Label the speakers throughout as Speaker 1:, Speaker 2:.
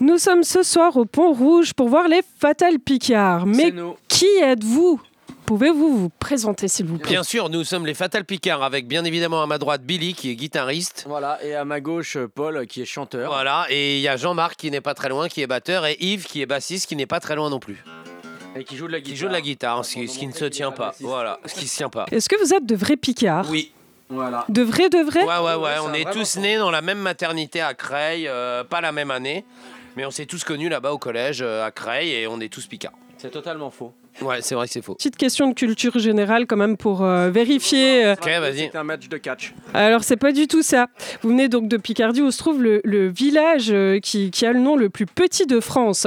Speaker 1: Nous sommes ce soir au Pont Rouge pour voir les Fatal Picards. Mais
Speaker 2: C'est nous.
Speaker 1: qui êtes-vous Pouvez-vous vous présenter, s'il vous plaît
Speaker 3: Bien sûr, nous sommes les Fatal Picards avec bien évidemment à ma droite Billy qui est guitariste.
Speaker 2: Voilà, et à ma gauche, Paul qui est chanteur.
Speaker 3: Voilà, et il y a Jean-Marc qui n'est pas très loin, qui est batteur, et Yves qui est bassiste, qui n'est pas très loin non plus.
Speaker 2: Et qui joue de la guitare.
Speaker 3: Qui joue de la guitare, ce qui, ce qui ne se tient pas. Voilà, ce qui se tient pas.
Speaker 1: Est-ce que vous êtes de vrais Picards
Speaker 3: Oui.
Speaker 2: Ah. Voilà.
Speaker 1: De vrais, de vrais
Speaker 3: Ouais, ouais, ouais,
Speaker 2: c'est
Speaker 3: on
Speaker 2: un
Speaker 3: est
Speaker 2: vrai
Speaker 3: tous
Speaker 2: enfant.
Speaker 3: nés dans la même maternité à Creil, euh, pas la même année, mais on s'est tous connus là-bas au collège euh, à Creil et on est tous picards.
Speaker 2: C'est totalement faux.
Speaker 3: Ouais, c'est vrai que c'est faux.
Speaker 1: Petite question de culture générale quand même pour euh, vérifier. euh,
Speaker 3: Ok, vas-y.
Speaker 2: C'est un match de catch.
Speaker 1: Alors c'est pas du tout ça. Vous venez donc de Picardie où se trouve le, le village euh, qui, qui a le nom le plus petit de France.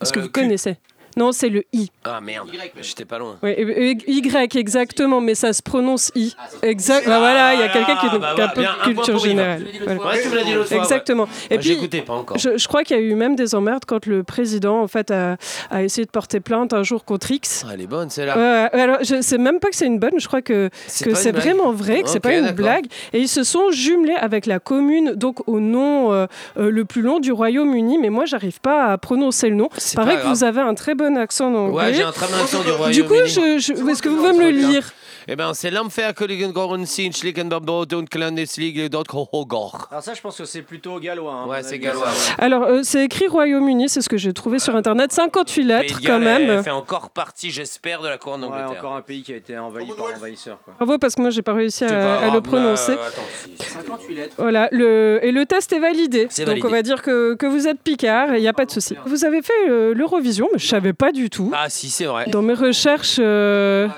Speaker 1: Est-ce que
Speaker 3: Euh,
Speaker 1: vous
Speaker 3: Q.
Speaker 1: connaissez Non, c'est le I.
Speaker 3: Ah merde, j'étais pas loin.
Speaker 1: Ouais, euh, euh, y exactement, mais ça se prononce I.
Speaker 3: Ah,
Speaker 1: Exact. bah voilà, il y a quelqu'un qui est
Speaker 3: bah
Speaker 1: qui a un
Speaker 3: voilà,
Speaker 1: peu
Speaker 3: bien, un
Speaker 1: de
Speaker 3: point
Speaker 1: culture
Speaker 3: pour Yves.
Speaker 1: générale. Voilà.
Speaker 3: Ouais, tu me l'as dit l'autre fois.
Speaker 1: Exactement.
Speaker 3: Et
Speaker 1: Et puis
Speaker 3: J'écoutais pas encore.
Speaker 1: je, je crois qu'il y a eu même des emmerdes quand le président en fait a, a essayé de porter plainte un jour contre X.
Speaker 3: Ah, elle est bonne celle-là.
Speaker 1: Ouais, ouais, alors je sais même pas que c'est une bonne, je crois que que
Speaker 3: pas une
Speaker 1: c'est
Speaker 3: blague.
Speaker 1: vraiment vrai, que c'est
Speaker 3: Ok,
Speaker 1: pas une
Speaker 3: d'accord.
Speaker 1: blague. Et ils se sont jumelés avec la commune, donc au nom euh, euh, le plus long du Royaume-Uni. Mais moi, j'arrive pas à prononcer le nom.
Speaker 3: C'est
Speaker 1: Pareil
Speaker 3: pas
Speaker 1: que vous avez un très bon accent en
Speaker 3: Ouais,
Speaker 1: anglais.
Speaker 3: j'ai un très bon accent du royaume
Speaker 1: du coup, je, je- est-ce que vous pouvez me le lire
Speaker 3: Eh ben, c'est l'enfer que les Gorn Sinch, les Gunbarbrodon, Clandeslig, les Dotkohogor.
Speaker 2: Alors ça, je pense que c'est plutôt gallois. hein, à
Speaker 3: Ouais,
Speaker 2: mon
Speaker 3: c'est
Speaker 2: avis.
Speaker 3: gallois.
Speaker 1: Alors, euh, c'est écrit Royaume-Uni, c'est ce que j'ai trouvé sur Internet. 58 lettres quand même.
Speaker 3: Elle fait encore partie, j'espère, de la couronne
Speaker 2: Ouais,
Speaker 3: d'Angleterre.
Speaker 2: encore un pays qui a été envahi par envahisseur. Quoi.
Speaker 1: Bravo, parce que moi, j'ai pas réussi
Speaker 3: C'est pas
Speaker 1: à, à
Speaker 3: grave,
Speaker 1: le prononcer.
Speaker 3: mais, euh, attends, si, si.
Speaker 1: Voilà, le, et le test est validé.
Speaker 3: C'est
Speaker 1: Donc
Speaker 3: validé.
Speaker 1: on va dire que, que vous êtes Picard, et il n'y a pas de souci. Vous avez fait euh, l'Eurovision, mais je savais pas du tout.
Speaker 3: Ah, si, c'est vrai.
Speaker 1: Dans mes recherches, euh,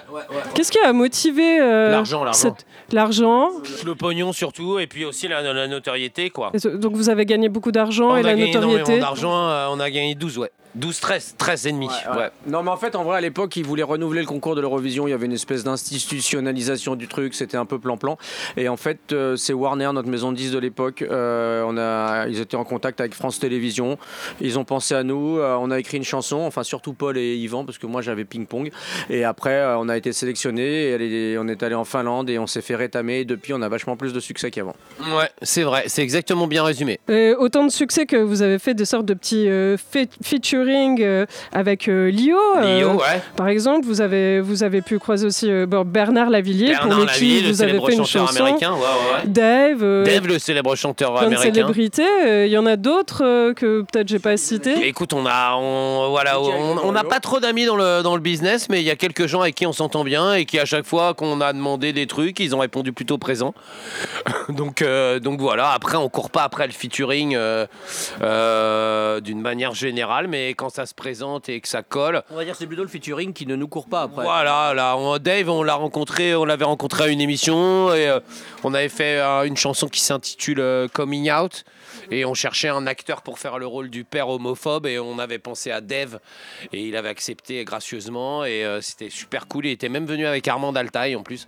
Speaker 1: qu'est-ce qui a motivé euh,
Speaker 3: L'argent, l'argent.
Speaker 1: cette- l'argent
Speaker 3: Le pognon surtout, et puis aussi la, la notoriété, quoi.
Speaker 1: Et ce- Donc vous avez gagné beaucoup d'argent
Speaker 3: on
Speaker 1: et
Speaker 3: a
Speaker 1: la
Speaker 3: gagné énormément
Speaker 1: notoriété.
Speaker 3: d'argent, euh, on a gagné 12, ouais. 12, 13, 13 et demi.
Speaker 2: Ouais, ouais.
Speaker 3: ouais.
Speaker 2: Non, mais en fait, en vrai, à l'époque, ils voulaient renouveler le concours de l'Eurovision. Il y avait une espèce d'institutionnalisation du truc. C'était un peu plan-plan. Et en fait, euh, c'est Warner, notre maison de 10 de l'époque. euh, on a, ils étaient en contact avec France Télévisions. Ils ont pensé à nous. euh, on a écrit une chanson. Enfin, surtout Paul et Yvan, parce que moi, j'avais ping-pong. Et après, euh, on a été sélectionnés. Et elle est- on est allé en Finlande et on s'est fait rétamer. Et depuis, on a vachement plus de succès qu'avant.
Speaker 3: Ouais, c'est vrai, c'est exactement bien résumé.
Speaker 1: Et autant de succès que vous avez fait des sortes de petits euh, fe- featuring euh, avec euh, Lio. euh,
Speaker 3: Lio, ouais.
Speaker 1: Par exemple, vous avez, vous avez pu croiser aussi euh, bon, Bernard Lavillier,
Speaker 3: Bernard
Speaker 1: pour qui
Speaker 3: Lavillier, le
Speaker 1: vous avez
Speaker 3: célèbre
Speaker 1: fait une
Speaker 3: chanteur
Speaker 1: chanson.
Speaker 3: américain. Ouais, ouais, ouais.
Speaker 1: Dave, euh,
Speaker 3: Dave, le célèbre chanteur
Speaker 1: plein de
Speaker 3: américain.
Speaker 1: célébrités. Euh, Il y en a d'autres euh, que peut-être j'ai pas citées.
Speaker 3: Écoute, on a, on, voilà,
Speaker 2: Mickey
Speaker 3: on
Speaker 2: avec
Speaker 3: on n'a
Speaker 2: Mario.
Speaker 3: pas trop d'amis dans le, dans le business, mais il y a quelques gens avec qui on s'entend bien et qui à chaque fois qu'on a demandé des trucs, ils ont répondu plutôt présent. donc, euh, donc voilà. Après, on court pas après le featuring euh, euh, d'une manière générale, mais quand ça se présente et que ça colle,
Speaker 4: On va dire que c'est plutôt le featuring qui ne nous court pas après.
Speaker 3: Voilà, là, on- Dave, on l'a rencontré, on l'avait rencontré à une émission et euh, on avait fait euh, une chanson qui s'intitule euh, Coming Out et on cherchait un acteur pour faire le rôle du père homophobe et on avait pensé à Dave et il avait accepté gracieusement et euh, c'était super cool. Il était même venu avec Armand Altaï en plus,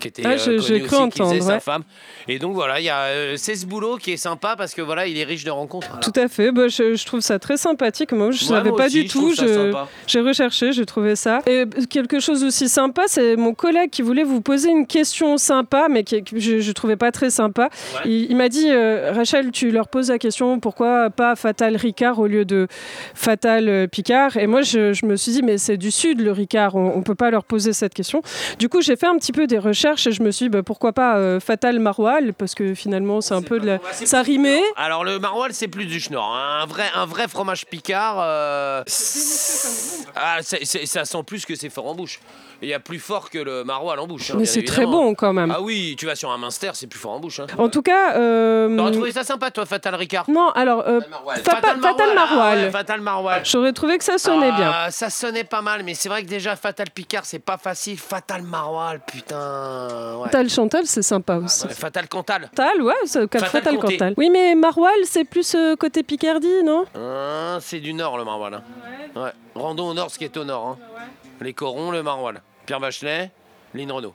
Speaker 3: qui était
Speaker 1: Ah,
Speaker 3: euh,
Speaker 1: je-
Speaker 3: connu
Speaker 1: j'ai
Speaker 3: aussi,
Speaker 1: cru
Speaker 3: qui faisait
Speaker 1: entendre, ouais.
Speaker 3: sa femme. Et donc voilà, il y a, euh, c'est ce boulot qui est sympa parce que voilà, il est riche de rencontres.
Speaker 1: Tout à fait. Bah, je, je trouve ça très sympathique. Moi, je
Speaker 3: Moi,
Speaker 1: savais
Speaker 3: moi
Speaker 1: pas
Speaker 3: aussi,
Speaker 1: du
Speaker 3: je trouve
Speaker 1: tout.
Speaker 3: ça
Speaker 1: Je-
Speaker 3: sympa.
Speaker 1: J'ai recherché, j'ai trouvé ça. Et quelque chose aussi sympa, c'est mon collègue qui voulait vous poser une question sympa, mais qui- que je, je trouvais pas très sympa.
Speaker 3: Ouais.
Speaker 1: Il, il m'a dit, euh, Rachel, tu leur poses la question, pourquoi pas Fatal Ricard au lieu de Fatal euh, Picard Et moi, je, je me suis dit, mais c'est du Sud, le Ricard, on, on peut pas leur poser cette question. Du coup, j'ai fait un petit peu des recherches et je me suis dit, bah, pourquoi pas euh, Fatal Maroal Parce que finalement, c'est un peu de la...
Speaker 3: Bah,
Speaker 1: Ça rimait.
Speaker 3: Alors le maroilles c'est plus du schnorr, hein. un vrai un vrai fromage picard. euh, Ah, c'est- c'est- ça sent plus que c'est fort en bouche. Il y a plus fort que le maroilles en bouche. hein,
Speaker 1: Mais
Speaker 3: bien
Speaker 1: c'est très
Speaker 3: évidemment.
Speaker 1: bon quand même.
Speaker 3: Ah oui, tu vas sur un minster, c'est plus fort en bouche. Hein.
Speaker 1: En tout cas, euh,
Speaker 3: T'aurais trouvé ça sympa toi, Fatal Ricard.
Speaker 1: non, alors euh, Fa- Fatal
Speaker 3: Maroilles, ah
Speaker 1: Maroilles.
Speaker 3: ouais, Fatal Maroilles.
Speaker 1: j'aurais trouvé que ça sonnait bien.
Speaker 3: Ah, Ça sonnait pas mal, mais c'est vrai que déjà Fatal Picard, c'est pas facile. Fatal Maroilles, putain. ouais. Ah, bah
Speaker 1: Fatal Chantal, c'est sympa aussi.
Speaker 3: Ouais, Fatal Cantal.
Speaker 1: Fatal, ouais, c'est
Speaker 3: Fatal
Speaker 1: Fatal
Speaker 3: Comté.
Speaker 1: Cantal. Oui, mais Maroilles, c'est plus euh, côté Picardie, non
Speaker 3: Hein, c'est du nord le maroilles. hein. Ouais. Rendons au nord ce qui est au nord. hein. Les corons, le maroilles. Pierre Bachelet, Lynn Renault.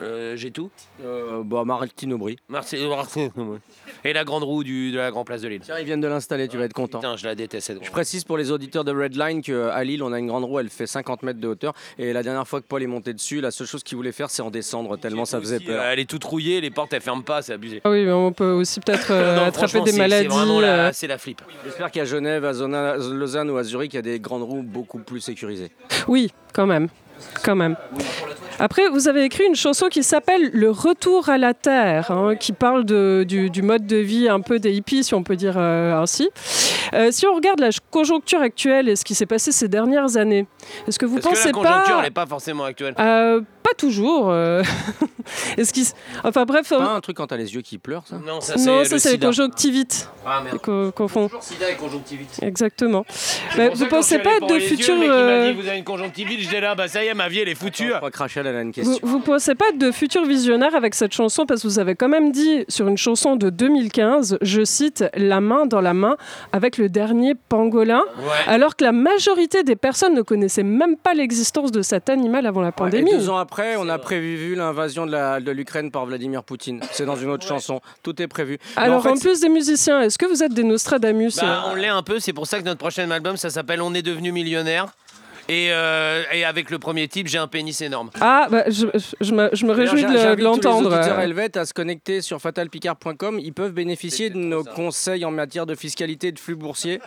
Speaker 3: Euh, J'ai tout.
Speaker 2: Euh, bah, Martine Aubry.
Speaker 3: Marcel Et la grande roue du- de la grande place de Lille.
Speaker 2: Tiens, ils viennent de l'installer, tu vas être content.
Speaker 3: Putain, je la déteste cette
Speaker 2: Je
Speaker 3: grande roue.
Speaker 2: précise pour les auditeurs de Red Line qu'à Lille, on a une grande roue, elle fait 50 mètres de hauteur. Et la dernière fois que Paul est monté dessus, la seule chose qu'il voulait faire, c'est en descendre, tellement ça faisait
Speaker 3: Euh,
Speaker 2: peur.
Speaker 3: Elle est toute rouillée, les portes elles ferment pas, c'est abusé.
Speaker 1: Ah oui, mais on peut aussi peut-être euh,
Speaker 3: Non,
Speaker 1: attraper
Speaker 3: franchement,
Speaker 1: des
Speaker 3: c'est- c'est
Speaker 1: maladies.
Speaker 3: vraiment la-
Speaker 1: euh,
Speaker 3: C'est la flip.
Speaker 2: J'espère qu'à Genève, à Zona- Lausanne ou à Zurich, il y a des grandes roues beaucoup plus sécurisées.
Speaker 1: Oui, quand même. Quand même. Après, vous avez écrit une chanson qui s'appelle Le Retour à la Terre, hein, qui parle de- du, du mode de vie un peu des hippies, si on peut dire euh, ainsi. Euh, si on regarde la ch- conjoncture actuelle et ce qui s'est passé ces dernières années, est-ce que vous
Speaker 3: Parce que
Speaker 1: pensez
Speaker 3: la conjoncture
Speaker 1: pas
Speaker 3: elle est pas forcément actuelle.
Speaker 1: Euh, Pas toujours. euh, est-ce qu'il s- enfin bref, euh,
Speaker 2: Pas un truc quand t'as les yeux qui pleurent, ça
Speaker 3: Non, ça
Speaker 1: non,
Speaker 3: c'est
Speaker 1: ça
Speaker 3: le
Speaker 1: c'est les
Speaker 3: sida.
Speaker 1: conjonctivites
Speaker 3: Ah merde.
Speaker 1: qu'on qu'on font.
Speaker 3: Toujours sida et conjonctivite.
Speaker 1: Exactement. Bah, vous pensez pas à de futurs euh,
Speaker 3: vous avez une conjonctivite, j'étais là, bah ça y est, ma vie elle est foutue.
Speaker 2: Pas cracher là, elle a une
Speaker 1: Vous,
Speaker 2: question.
Speaker 1: vous pensez pas de futurs visionnaires avec cette chanson parce que vous avez quand même dit sur une chanson de 2015, je cite, la main dans la main avec le dernier pangolin,
Speaker 3: Ouais.
Speaker 1: alors que la majorité des personnes ne connaissaient même pas l'existence de cet animal avant la
Speaker 2: Ouais, et
Speaker 1: pandémie.
Speaker 2: deux ans après, on a prévu l'invasion de la- de l'Ukraine par Vladimir Poutine. C'est dans une autre chanson. Tout est prévu. Mais
Speaker 1: alors
Speaker 2: en fait,
Speaker 1: en plus des musiciens, est-ce que vous êtes des Nostradamus
Speaker 3: Bah,
Speaker 1: euh
Speaker 3: on l'est un peu, c'est pour ça que notre prochain album ça s'appelle On est devenu millionnaire. Et, euh, et avec le premier type, j'ai un pénis énorme.
Speaker 1: Ah, bah, je, je- je me, je me
Speaker 2: D'ailleurs,
Speaker 1: réjouis de
Speaker 2: j'in-
Speaker 1: le-
Speaker 2: j'invite
Speaker 1: de l'entendre.
Speaker 2: Tous les auditeurs
Speaker 1: euh.
Speaker 2: helvètes à se connecter sur fatalpicard.com. Ils peuvent bénéficier de nos conseils en matière de fiscalité et de flux boursier.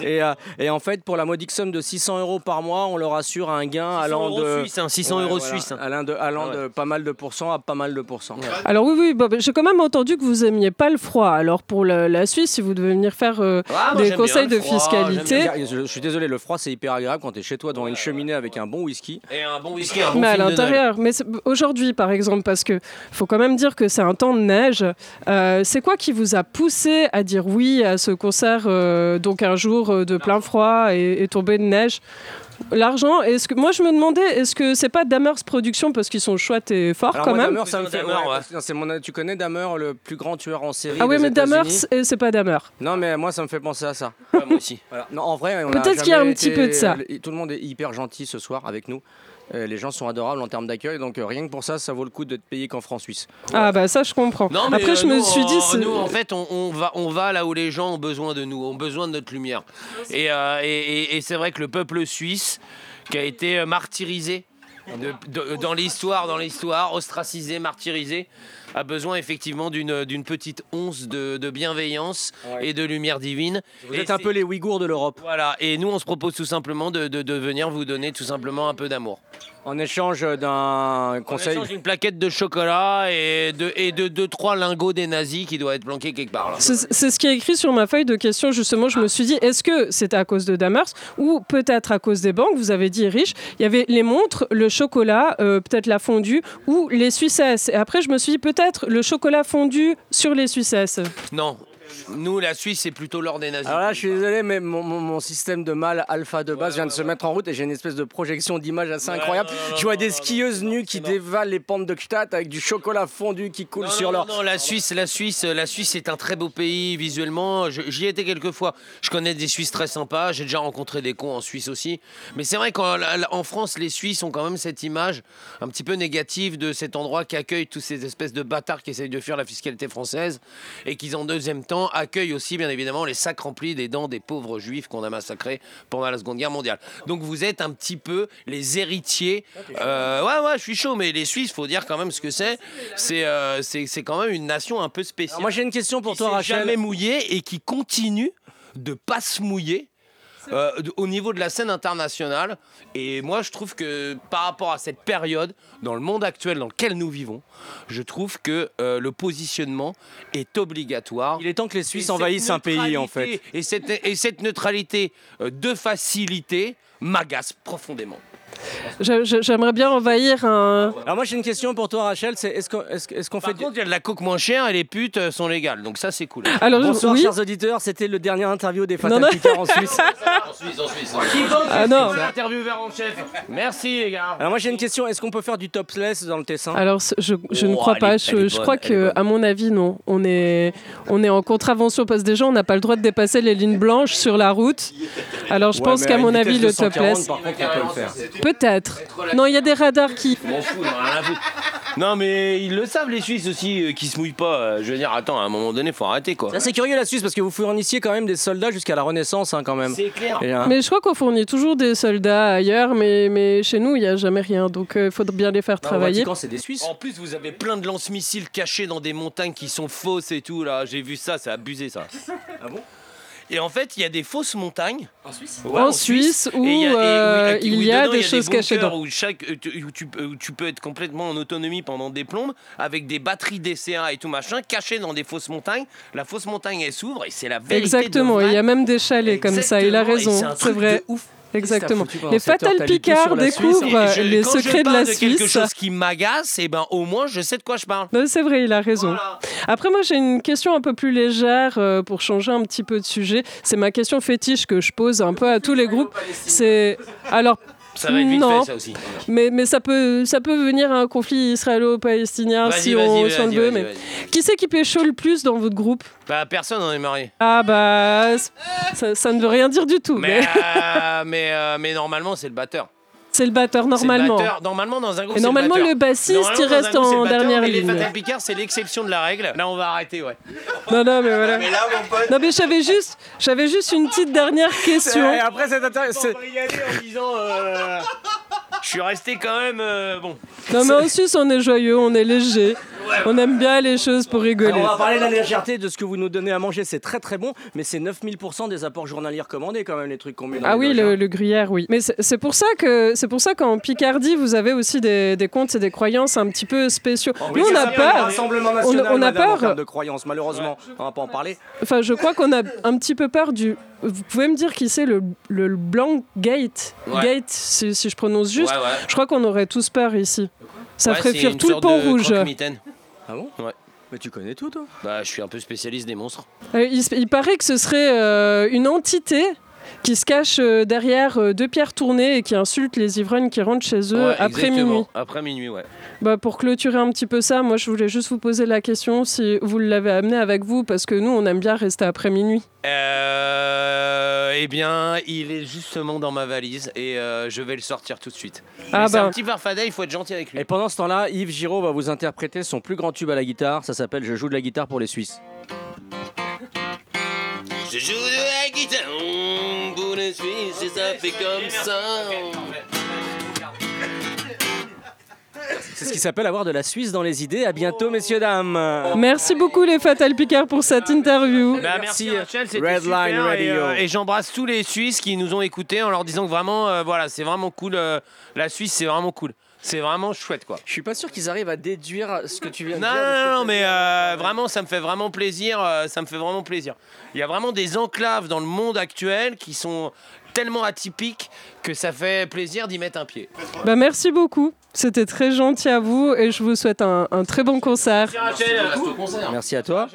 Speaker 2: et, euh, et en fait, pour la modique somme de 600 euros par mois, on leur assure un gain
Speaker 3: 600
Speaker 2: allant
Speaker 3: euros
Speaker 2: de.
Speaker 3: suisse, hein, 600
Speaker 2: Ouais,
Speaker 3: euros
Speaker 2: voilà,
Speaker 3: suisse. hein.
Speaker 2: allant de, allant
Speaker 3: Ah ouais.
Speaker 2: de pas mal de pourcents à pas mal de pourcents.
Speaker 1: Alors oui, oui, bah, bah, j'ai quand même entendu que vous aimiez pas le froid. Alors pour la, la Suisse, si vous devez venir faire euh,
Speaker 3: Ah, moi,
Speaker 1: des
Speaker 3: j'aime bien
Speaker 1: conseils
Speaker 3: le
Speaker 1: de
Speaker 3: froid,
Speaker 1: fiscalité,
Speaker 2: Je, je suis désolé, le froid c'est hyper agréable quand t'es chez toi devant une cheminée avec un bon whisky.
Speaker 3: Et un bon whisky, un bon
Speaker 1: mais à
Speaker 3: film de Noël.
Speaker 1: l'intérieur. Mais c'est- aujourd'hui, par exemple, parce que faut quand même dire que c'est un temps de neige. euh, c'est quoi qui vous a poussé à dire oui à ce concert euh, donc un jour euh, de plein froid et, et tombé de neige L'argent. Est-ce que moi je me demandais est-ce que c'est pas Damers Productions parce qu'ils sont chouettes et forts
Speaker 2: Alors
Speaker 1: quand
Speaker 2: moi,
Speaker 1: même
Speaker 2: Dahmer, ça me fait.
Speaker 3: Dammer,
Speaker 2: ouais,
Speaker 3: ouais.
Speaker 2: non, c'est mon- tu connais Damer, le plus grand tueur en série.
Speaker 1: Ah oui,
Speaker 2: des
Speaker 1: mais Damers,
Speaker 2: États-Unis
Speaker 1: et c'est pas Damers.
Speaker 2: Non, mais moi ça me fait penser à ça.
Speaker 3: Ouais, moi aussi.
Speaker 2: Voilà. Non, en vrai, on a
Speaker 1: Peut-être qu'il y a
Speaker 2: jamais
Speaker 1: un petit
Speaker 2: été-
Speaker 1: peu de ça.
Speaker 2: le- Tout le monde est hyper gentil ce soir avec nous. Euh, les gens sont adorables en termes d'accueil, donc euh, rien que pour ça, ça vaut le coup d'être payé qu'en francs suisses.
Speaker 1: Ah bah ça je comprends.
Speaker 3: Non, mais
Speaker 1: Après
Speaker 3: euh,
Speaker 1: je me
Speaker 3: nous,
Speaker 1: suis
Speaker 3: en-
Speaker 1: dit c'est-
Speaker 3: nous en fait on, on va on va là où les gens ont besoin de nous, ont besoin de notre lumière. Et, euh, et- et- et c'est vrai que le peuple suisse qui a été euh, martyrisé de- de- dans l'histoire, dans l'histoire, ostracisé, martyrisé, a besoin effectivement d'une d'une petite once de, de bienveillance
Speaker 2: Ouais.
Speaker 3: et de lumière divine.
Speaker 2: Vous
Speaker 3: Et
Speaker 2: êtes un
Speaker 3: c'est-
Speaker 2: peu les Ouïghours de l'Europe.
Speaker 3: voilà. Et nous on se propose tout simplement de, de- de venir vous donner tout simplement un peu d'amour.
Speaker 2: En échange d'un
Speaker 3: On
Speaker 2: conseil.
Speaker 3: échange une plaquette de chocolat et de et de deux trois lingots des nazis qui doit être planqué quelque part. là.
Speaker 1: C'est c'est ce qui est écrit sur ma feuille de questions. Justement, je me suis dit, est-ce que c'était à cause de Damers ou peut-être à cause des banques Vous avez dit riche. Il y avait les montres, le chocolat, euh, peut-être la fondue ou les Suissesses. Et après, je me suis dit, peut-être le chocolat fondu sur les Suissesses.
Speaker 3: Non. Nous, la Suisse, c'est plutôt l'or des nazis.
Speaker 2: Alors là, je suis désolé, mais mon, mon- mon système de mâle alpha de base vient de se mettre en route et j'ai une espèce de projection d'image assez incroyable.
Speaker 3: non, non,
Speaker 2: je
Speaker 3: non,
Speaker 2: vois
Speaker 3: non,
Speaker 2: des
Speaker 3: non,
Speaker 2: skieuses nues qui dévalent les pentes de Gstaad avec du chocolat fondu qui coule
Speaker 3: Non,
Speaker 2: sur
Speaker 3: non,
Speaker 2: leur.
Speaker 3: non, non, la Suisse, la Suisse, la Suisse est un très beau pays visuellement. Je- J'y ai été quelques fois. Je connais des Suisses très sympas. J'ai déjà rencontré des cons en Suisse aussi. Mais c'est vrai qu'en la- la- en France, les Suisses ont quand même cette image un petit peu négative de cet endroit qui accueille tous ces espèces de bâtards qui essayent de fuir la fiscalité française et qui, en deuxième temps, accueillent aussi, bien évidemment, les sacs remplis des dents des pauvres juifs qu'on a massacrés pendant la Seconde Guerre mondiale. Donc vous êtes un petit peu les héritiers. Euh, ouais, ouais, je suis chaud, mais les Suisses, faut dire quand même ce que c'est. C'est euh, c'est c'est quand même une nation un peu spéciale.
Speaker 2: Alors moi, j'ai une question pour
Speaker 3: qui
Speaker 2: toi,
Speaker 3: s'est
Speaker 2: Rachel.
Speaker 3: jamais mouillée et qui continue de pas se mouiller. euh, de- au niveau de la scène internationale et moi je trouve que par rapport à cette période dans le monde actuel dans lequel nous vivons je trouve que euh, le positionnement est obligatoire
Speaker 2: Il est temps que les Suisses
Speaker 3: et
Speaker 2: envahissent
Speaker 3: cette
Speaker 2: un pays, en fait.
Speaker 3: neutralité- Et cette, et cette neutralité euh, de facilité m'agace profondément.
Speaker 1: Je- je- J'aimerais bien envahir un.
Speaker 2: Alors moi j'ai une question pour toi Rachel, c'est est-ce qu'on est-ce que- est-ce qu'on
Speaker 3: Par
Speaker 2: fait
Speaker 3: contre, il y a de la coke moins chère et les putes euh, sont légales, donc ça c'est cool.
Speaker 1: Alors, je-
Speaker 2: Bonsoir
Speaker 1: oui.
Speaker 2: chers auditeurs, c'était le dernier interview des Fatal
Speaker 1: Non, non.
Speaker 2: Picards en Suisse.
Speaker 1: Ah non.
Speaker 3: Intervieweur en chef. Merci les gars.
Speaker 5: Alors moi j'ai une question, est-ce qu'on peut faire du topless dans le Tessin
Speaker 3: Hein
Speaker 1: Alors, c- je, je ne
Speaker 5: Oh,
Speaker 1: crois
Speaker 5: elle
Speaker 1: pas.
Speaker 5: est- elle
Speaker 1: Je,
Speaker 5: est
Speaker 1: je
Speaker 5: bonne,
Speaker 1: crois
Speaker 5: elle est
Speaker 1: que,
Speaker 5: bonne.
Speaker 1: à mon avis, non. On est, on est en contravention parce que déjà, on n'a pas le droit de dépasser les lignes blanches sur la route. Alors, je
Speaker 2: Ouais,
Speaker 1: pense
Speaker 2: mais
Speaker 1: qu'à
Speaker 2: à une
Speaker 1: mon
Speaker 2: vitesse
Speaker 1: avis,
Speaker 2: de
Speaker 1: le
Speaker 2: 140,
Speaker 1: topless,
Speaker 2: Par contre, on peut le faire.
Speaker 1: peut-être. Non, il y a des radars qui.
Speaker 5: Non mais ils le savent les Suisses aussi euh, qui se mouillent pas. euh, Je veux dire, attends, à un moment donné faut arrêter quoi. C'est curieux la Suisse parce que vous fournissiez quand même des soldats jusqu'à la Renaissance hein, quand même. euh, Bah, C'est clair.
Speaker 3: Hein
Speaker 1: Mais je crois qu'on fournit toujours des soldats ailleurs, mais, mais chez nous, il n'y a jamais rien. Donc, euh, il faudrait bien les faire travailler.
Speaker 5: Quand c'est des Suisses.
Speaker 3: En plus, vous avez plein de lance-missiles cachés dans des montagnes qui sont fausses et tout, là. J'ai vu ça, c'est abusé, ça. Ah
Speaker 5: bon
Speaker 3: Et en fait, il y a des fausses montagnes.
Speaker 5: En Suisse
Speaker 3: ouais,
Speaker 1: En Suisse, où,
Speaker 3: et il y a- et où-
Speaker 1: euh,
Speaker 3: et où
Speaker 1: il y a
Speaker 3: dedans,
Speaker 1: des choses cachées
Speaker 3: bunkers
Speaker 1: dedans.
Speaker 3: Où, chaque, où, tu, où tu- euh, où tu peux être complètement en autonomie pendant des plombes, avec des batteries DCA et tout machin, cachées dans des fausses montagnes. La fausse montagne, elle s'ouvre et c'est la vérité.
Speaker 1: Exactement.
Speaker 3: de
Speaker 1: Il y
Speaker 3: vrai.
Speaker 1: a même des chalets comme ça. Il a
Speaker 3: Exactement, et
Speaker 1: raison.
Speaker 3: c'est un
Speaker 1: C'est
Speaker 3: truc
Speaker 1: vrai.
Speaker 3: de ouf.
Speaker 1: Exactement.
Speaker 2: Qu'est-ce que t'as foutu pendant
Speaker 1: Les
Speaker 2: cette heure
Speaker 1: Fatal
Speaker 2: T'as lu tout
Speaker 1: Picard
Speaker 2: sur la Suisse
Speaker 1: découvrent
Speaker 3: Et je-
Speaker 1: les
Speaker 3: quand je
Speaker 1: secrets euh, de
Speaker 3: parle
Speaker 1: la
Speaker 3: quelque
Speaker 1: Suisse.
Speaker 3: chose qui m'agace, et ben au moins je sais de quoi je parle.
Speaker 1: Non, C'est vrai, il a raison.
Speaker 3: Voilà.
Speaker 1: Après, moi, j'ai une question un peu plus légère euh, pour changer un petit peu de sujet. C'est ma question fétiche que je pose un peu à tous les groupes. C'est alors,
Speaker 3: Ça va être vite
Speaker 1: Non.
Speaker 3: fait, ça aussi.
Speaker 1: mais, mais ça peut ça peut venir à un conflit israélo-palestinien
Speaker 3: Vas-y,
Speaker 1: Ah, si
Speaker 3: vas-y,
Speaker 1: on
Speaker 3: vas-y,
Speaker 1: si on le
Speaker 3: vas-y,
Speaker 1: veut.
Speaker 3: vas-y,
Speaker 1: Mais
Speaker 3: vas-y.
Speaker 1: qui c'est qui pécho le plus dans votre groupe
Speaker 3: Bah personne en est marié.
Speaker 1: Ah bah c- ça, ça ne veut rien dire du tout.
Speaker 3: Mais
Speaker 1: Mais
Speaker 3: euh, mais, euh, mais normalement c'est le batteur.
Speaker 1: c'est le batteur
Speaker 3: C'est le
Speaker 1: normalement.
Speaker 3: batteur. Normalement dans un groupe.
Speaker 1: Et
Speaker 3: c'est
Speaker 1: normalement,
Speaker 3: le,
Speaker 1: le
Speaker 3: batteur.
Speaker 1: bassiste, il
Speaker 3: Normalement, dans un
Speaker 1: reste
Speaker 3: groupe, c'est le
Speaker 1: en
Speaker 3: batteur,
Speaker 1: dernière
Speaker 3: mais Les
Speaker 1: ligne.
Speaker 3: Fatal Picard c'est l'exception de la règle. Là on va arrêter ouais.
Speaker 1: Non, non, mais voilà. Non, mais j'avais juste, j'avais juste une petite dernière question.
Speaker 5: Et après c'est intéressant. c'est-
Speaker 3: en disant.
Speaker 1: euh,
Speaker 3: Je suis resté quand même euh, bon.
Speaker 1: Non, mais en Suisse, on est joyeux, on est léger. On aime bien les choses pour rigoler.
Speaker 5: Alors, on va parler de la légèreté de ce que vous nous donnez à manger, c'est très très bon, mais c'est 9000% des apports journaliers commandés quand même les trucs qu'on met dans
Speaker 1: Ah
Speaker 5: les
Speaker 1: oui,
Speaker 5: loges,
Speaker 1: le,
Speaker 5: hein.
Speaker 1: le gruyère, oui. Mais c'est c'est pour ça que c'est pour ça qu'en Picardie, vous avez aussi des, des contes et des croyances un petit peu spéciaux.
Speaker 3: Oh,
Speaker 1: Nous, on a
Speaker 5: C'est un
Speaker 1: peur.
Speaker 5: Rassemblement national,
Speaker 1: on a
Speaker 5: madame, en
Speaker 1: peur.
Speaker 5: termes de croyances, malheureusement, on va pas en parler.
Speaker 1: Enfin, je crois qu'on a un petit peu peur du. Vous pouvez me dire qui c'est le, le blanc gate,
Speaker 3: Ouais.
Speaker 1: gate, si, si je prononce juste.
Speaker 3: Ouais, ouais.
Speaker 1: Je crois qu'on aurait tous peur ici. Ça
Speaker 3: Ouais,
Speaker 1: ferait
Speaker 3: c'est
Speaker 1: fuir
Speaker 3: une
Speaker 1: tout le
Speaker 3: sorte
Speaker 1: pont
Speaker 3: de
Speaker 1: rouge.
Speaker 3: croque-mitaine.
Speaker 5: Ah bon
Speaker 3: Ouais.
Speaker 5: Mais tu connais tout, toi
Speaker 3: Bah je suis un peu spécialiste des monstres.
Speaker 1: Euh, il, s- il paraît que ce serait euh, une entité qui se cache euh, derrière euh, deux pierres tournées et qui insulte les ivrognes qui rentrent chez eux
Speaker 3: Ouais,
Speaker 1: Euh, après
Speaker 3: exactement.
Speaker 1: minuit.
Speaker 3: Après minuit ouais.
Speaker 1: Bah, pour clôturer un petit peu ça, moi je voulais juste vous poser la question si vous l'avez amené avec vous parce que nous on aime bien rester après minuit.
Speaker 3: Euh, eh bien, il est justement dans ma valise et euh, je vais le sortir tout de suite.
Speaker 1: Ah
Speaker 3: Mais C'est
Speaker 1: bah.
Speaker 3: un petit farfadet, il faut être gentil avec lui.
Speaker 5: Et pendant ce temps-là, Yves Giraud va vous interpréter son plus grand tube à la guitare. Ça s'appelle Je joue de la guitare pour les Suisses.
Speaker 3: Je joue de la guitare pour les Suisses et ça fait comme ça.
Speaker 5: C'est ce qui s'appelle avoir de la Suisse dans les idées. À bientôt, messieurs, dames.
Speaker 1: Merci beaucoup les Fatal Picard pour cette interview.
Speaker 3: Bah, merci
Speaker 5: Merci,
Speaker 3: Rachel, c'était
Speaker 5: Red
Speaker 3: super
Speaker 5: Line
Speaker 3: et,
Speaker 5: Radio.
Speaker 3: euh, Et, j'embrasse tous les Suisses qui nous ont écoutés en leur disant que vraiment, euh, voilà, c'est vraiment cool. euh, la Suisse, c'est vraiment cool. C'est vraiment chouette quoi.
Speaker 5: Je suis pas sûr qu'ils arrivent à déduire ce que tu viens
Speaker 3: Non, non, non, mais euh, vraiment, ça me fait vraiment plaisir. euh, ça me fait vraiment plaisir. Il y a vraiment des enclaves dans le monde actuel qui sont tellement atypiques que ça fait plaisir d'y mettre un pied.
Speaker 1: Bah, merci beaucoup. C'était très gentil à vous et je vous souhaite un, un très bon concert.
Speaker 5: Merci à toi.